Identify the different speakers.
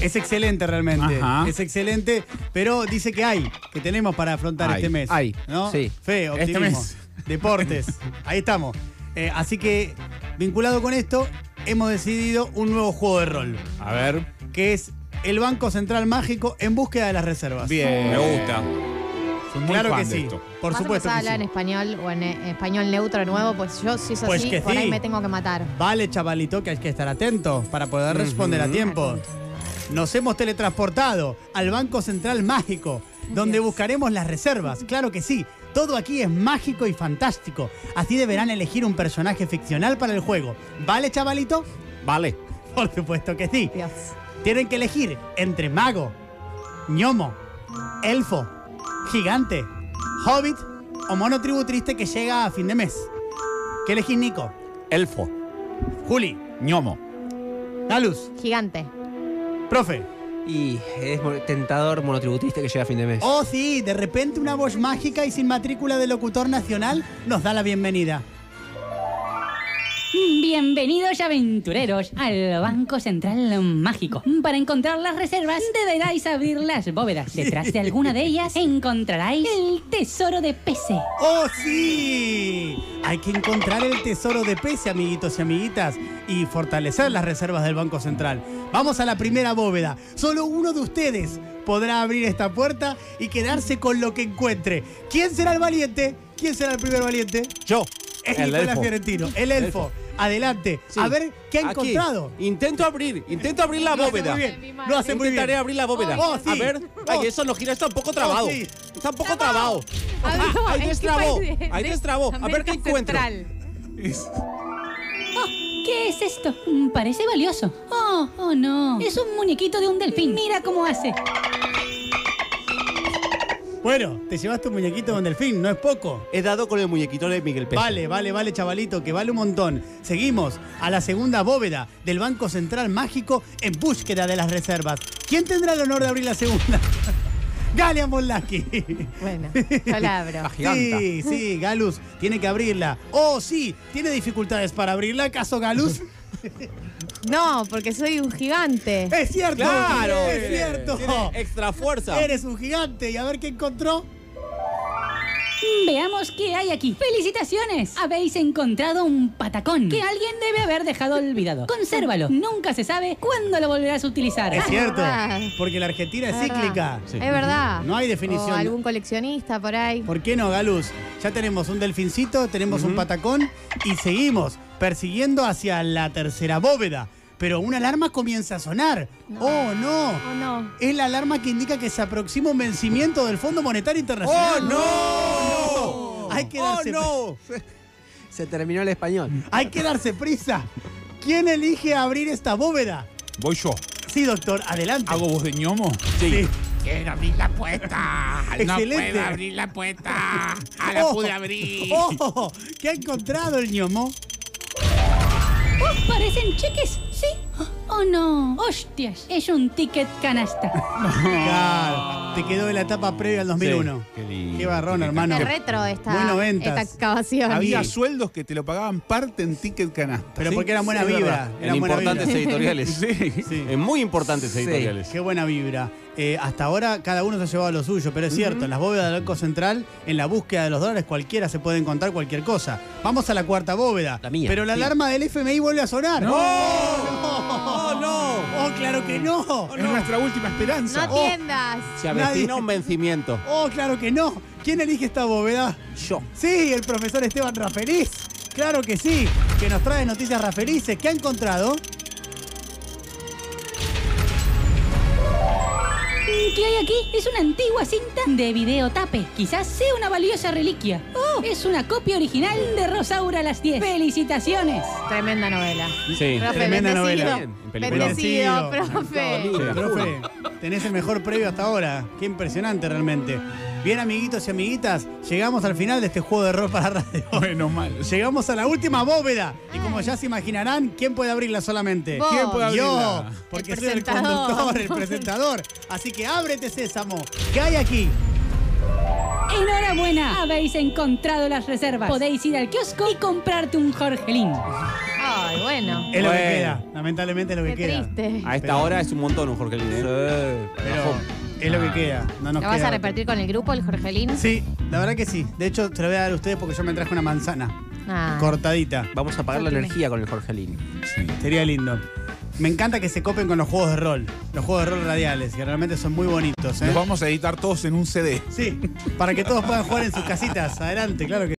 Speaker 1: Es excelente realmente.
Speaker 2: Ajá.
Speaker 1: Es excelente, pero dice que hay, que tenemos para afrontar
Speaker 2: Hay,
Speaker 1: este mes.
Speaker 2: hay,
Speaker 1: ¿no?
Speaker 2: sí.
Speaker 1: Fe,
Speaker 2: Este
Speaker 1: optimismo.
Speaker 2: mes.
Speaker 1: Deportes. Ahí estamos. Eh, así que, vinculado con esto, hemos decidido un nuevo juego de rol,
Speaker 3: A ver.
Speaker 1: que es el Banco Central Mágico en búsqueda de las reservas.
Speaker 3: Bien. Me gusta. Soy muy
Speaker 1: Claro
Speaker 3: fan
Speaker 1: que
Speaker 3: de
Speaker 1: sí.
Speaker 3: esto.
Speaker 1: Por
Speaker 4: Más o
Speaker 1: supuesto.
Speaker 4: menos
Speaker 1: que
Speaker 4: habla en
Speaker 1: sí.
Speaker 4: español o en eh, español neutro nuevo, pues yo si es
Speaker 1: Pues
Speaker 4: así,
Speaker 1: que
Speaker 4: por ahí
Speaker 1: sí.
Speaker 4: me tengo que matar.
Speaker 1: Vale, chavalito, que hay que estar atento para poder responder a tiempo. Nos hemos teletransportado al Banco Central Mágico, donde
Speaker 4: Dios.
Speaker 1: buscaremos las reservas. Claro que sí, todo aquí es mágico y fantástico. Así deberán elegir un personaje ficcional para el juego. ¿Vale, chavalito?
Speaker 2: Vale.
Speaker 1: Por supuesto que sí.
Speaker 4: Dios.
Speaker 1: Tienen que elegir entre mago, gnomo, elfo, gigante, hobbit o mono tribu triste que llega a fin de mes. ¿Qué elegís, Nico?
Speaker 2: Elfo.
Speaker 1: Juli,
Speaker 2: ñomo.
Speaker 1: Dalus,
Speaker 4: Gigante.
Speaker 1: profe.
Speaker 5: Y es mo- tentador monotributista que llega a fin de mes.
Speaker 1: Oh, sí, de repente una voz mágica y sin matrícula de locutor nacional nos da la bienvenida.
Speaker 6: Bienvenidos aventureros al Banco Central Mágico. Para encontrar las reservas deberáis abrir las bóvedas. Detrás de alguna de ellas encontraréis el tesoro de Pese.
Speaker 1: ¡Oh, sí! Hay que encontrar el tesoro de Pese, amiguitos y amiguitas, y fortalecer las reservas del Banco Central. Vamos a la primera bóveda. Solo uno de ustedes podrá abrir esta puerta y quedarse con lo que encuentre. ¿Quién será el valiente? ¿Quién será el primer valiente?
Speaker 2: Yo.
Speaker 1: Es
Speaker 2: el
Speaker 1: Nicolás
Speaker 2: elfo.
Speaker 1: Fiorentino, el elfo. Adelante,
Speaker 2: Sí.
Speaker 1: a ver qué ha
Speaker 2: Aquí.
Speaker 1: encontrado.
Speaker 2: Intento abrir. Intento abrir la
Speaker 1: Lo hace
Speaker 2: bóveda.
Speaker 1: muy bien, Lo hace muy bien.
Speaker 2: Intentaré abrir la bóveda.
Speaker 1: Oh, sí.
Speaker 2: A ver.
Speaker 1: Oh.
Speaker 2: Ay, eso no gira. Está un poco trabado.
Speaker 1: sí.
Speaker 2: Está un poco Oh, trabado. Ah,
Speaker 7: Habló
Speaker 2: ahí
Speaker 7: el
Speaker 2: destrabó.
Speaker 7: equipo de-
Speaker 2: Ahí
Speaker 7: de
Speaker 2: destrabó. A ver qué
Speaker 7: América
Speaker 2: encuentro.
Speaker 7: Central.
Speaker 6: Oh, ¿Qué es esto? Mm, Parece valioso. Oh, oh no. Es un muñequito de un delfín. Mira cómo hace.
Speaker 1: Bueno, te llevaste un muñequito con delfín, no es poco.
Speaker 2: He dado con el muñequito de Miguel Pérez.
Speaker 1: Vale, vale, vale, chavalito, que vale un montón. Seguimos a la segunda bóveda del Banco Central Mágico en búsqueda de las reservas. ¿Quién tendrá el honor de abrir la segunda? Galia Mollaki.
Speaker 4: Bueno, yo la abro.
Speaker 2: Giganta.
Speaker 1: Sí, sí, Galus tiene que abrirla. Oh, sí, tiene dificultades para abrirla. ¿Acaso Galus?
Speaker 4: No, porque soy un gigante.
Speaker 1: ¡Es cierto!
Speaker 2: Claro.
Speaker 1: ¡Es cierto!
Speaker 2: Tiene extra fuerza.
Speaker 1: Eres un gigante y a ver qué encontró.
Speaker 6: Veamos qué hay aquí. ¡Felicitaciones! Habéis encontrado un patacón que alguien debe haber dejado olvidado. Consérvalo. Nunca se sabe cuándo lo volverás a utilizar.
Speaker 1: Es cierto,
Speaker 4: verdad.
Speaker 1: porque la Argentina es
Speaker 4: Es verdad.
Speaker 1: cíclica.
Speaker 4: Es verdad.
Speaker 1: No hay definición.
Speaker 4: O algún coleccionista por ahí.
Speaker 1: ¿Por qué no, Galus? Ya tenemos un delfincito, tenemos un patacón y seguimos persiguiendo hacia la tercera bóveda. Pero una alarma comienza a sonar. ¡Oh, no!
Speaker 4: Oh, no.
Speaker 1: Es la alarma que indica que se aproxima un vencimiento del Fondo Monetario
Speaker 2: ¡Oh,
Speaker 1: Internacional.
Speaker 2: no!
Speaker 1: Hay que darse
Speaker 2: ¡Oh, no!
Speaker 5: Se terminó el español.
Speaker 1: Hay que darse prisa. ¿Quién elige abrir esta bóveda?
Speaker 3: Voy yo.
Speaker 1: Sí, doctor, adelante.
Speaker 3: ¿Hago voz de ñomo?
Speaker 1: Sí.
Speaker 3: Quiero abrir la puerta.
Speaker 1: Excelente.
Speaker 3: No puedo abrir la puerta. Ah, la
Speaker 1: Oh.
Speaker 3: pude abrir.
Speaker 1: ¡Oh! ¿Qué ha encontrado el ñomo?
Speaker 6: ¡Oh, parecen cheques! ¿Sí? ¡Oh, no! ¡Hostias! Es un ticket canasta.
Speaker 1: Claro, te quedó de la etapa previa al 2001.
Speaker 3: qué lindo.
Speaker 1: Qué barrón,
Speaker 3: Qué
Speaker 1: hermano.
Speaker 4: Es retro
Speaker 1: Ah, Muy
Speaker 4: esta,
Speaker 1: noventas.
Speaker 4: esta excavación.
Speaker 3: Había
Speaker 1: Sí.
Speaker 3: sueldos que te lo pagaban parte en ticket canasta.
Speaker 1: Pero
Speaker 3: ¿sí?
Speaker 1: porque eran buena
Speaker 3: Sí, es
Speaker 1: vibra.
Speaker 3: verdad.
Speaker 1: Eran
Speaker 5: En
Speaker 1: buena
Speaker 5: importantes
Speaker 1: vibra.
Speaker 5: editoriales.
Speaker 3: Sí.
Speaker 1: Sí.
Speaker 5: En muy importantes
Speaker 2: editoriales.
Speaker 1: Qué buena vibra. Eh, hasta ahora cada uno se ha llevado lo suyo, pero es cierto, en las bóvedas del Banco Central, en la búsqueda de los dólares, cualquiera se puede encontrar cualquier cosa. Vamos a la cuarta bóveda.
Speaker 5: La mía,
Speaker 1: Pero la
Speaker 5: sí.
Speaker 1: alarma del FMI vuelve a sonar.
Speaker 3: ¡No!
Speaker 1: ¡Oh, no! ¡Oh, claro que no!
Speaker 3: Es nuestra última esperanza.
Speaker 4: No tiendas.
Speaker 5: Se
Speaker 1: Nadie-
Speaker 5: avecina un vencimiento.
Speaker 1: ¡Oh, claro que no! ¿Quién elige esta bóveda?
Speaker 5: Yo.
Speaker 1: Sí, el profesor Esteban Raferiz. Claro que sí, que nos trae noticias Raferices. ¿Qué ha encontrado?
Speaker 6: ¿Qué hay aquí? Es una antigua cinta de videotape. Quizás sea una valiosa reliquia. ¡Oh! Es una copia original de Rosaura a las 10. ¡Felicitaciones!
Speaker 4: Tremenda novela.
Speaker 5: Sí.
Speaker 4: Profe,
Speaker 1: Tremenda
Speaker 4: bendecido.
Speaker 1: novela.
Speaker 5: Bien, peliculón.
Speaker 4: Bendecido,
Speaker 1: Bendecido.
Speaker 4: profe.
Speaker 1: Sí, profe, tenés el mejor previo hasta ahora. Qué impresionante realmente. Bien, amiguitos y amiguitas, llegamos al final de este juego de rol para radio.
Speaker 3: Menos mal.
Speaker 1: Llegamos a la última bóveda. Y como ya se imaginarán, ¿quién puede abrirla solamente?
Speaker 4: Vos.
Speaker 3: ¿Quién puede
Speaker 1: Yo,
Speaker 3: abrirla?
Speaker 1: porque
Speaker 4: El
Speaker 1: soy el
Speaker 4: presentador.
Speaker 1: conductor, el presentador. Así que ábrete, Sésamo. ¿Qué hay aquí?
Speaker 6: ¡Enhorabuena! Habéis encontrado las reservas. Podéis ir al kiosco y comprarte un Jorgelín.
Speaker 4: Ay, bueno.
Speaker 1: Es lo que
Speaker 2: Bueno.
Speaker 1: queda, lamentablemente es lo que
Speaker 4: Qué
Speaker 1: queda.
Speaker 4: triste.
Speaker 2: A esta
Speaker 1: Pero-
Speaker 2: hora es un montón un Jorge Lin, ¿eh?
Speaker 1: Pero es
Speaker 3: Ah.
Speaker 1: lo que queda. No nos
Speaker 4: ¿La vas
Speaker 1: queda
Speaker 4: a
Speaker 1: otra.
Speaker 4: repartir con el grupo, el Jorgelín?
Speaker 1: Sí, la verdad que sí. De hecho, te lo voy a dar a ustedes porque yo me traje una manzana
Speaker 4: Ah.
Speaker 1: cortadita.
Speaker 5: Vamos a pagar la energía con el Jorgelín.
Speaker 1: Sería lindo. Me encanta que se copen con los juegos de rol, los juegos de rol radiales, que realmente son muy bonitos. ¿eh?
Speaker 3: Los vamos a editar todos en un CD.
Speaker 1: Sí, para que todos puedan jugar en sus casitas. Adelante, claro que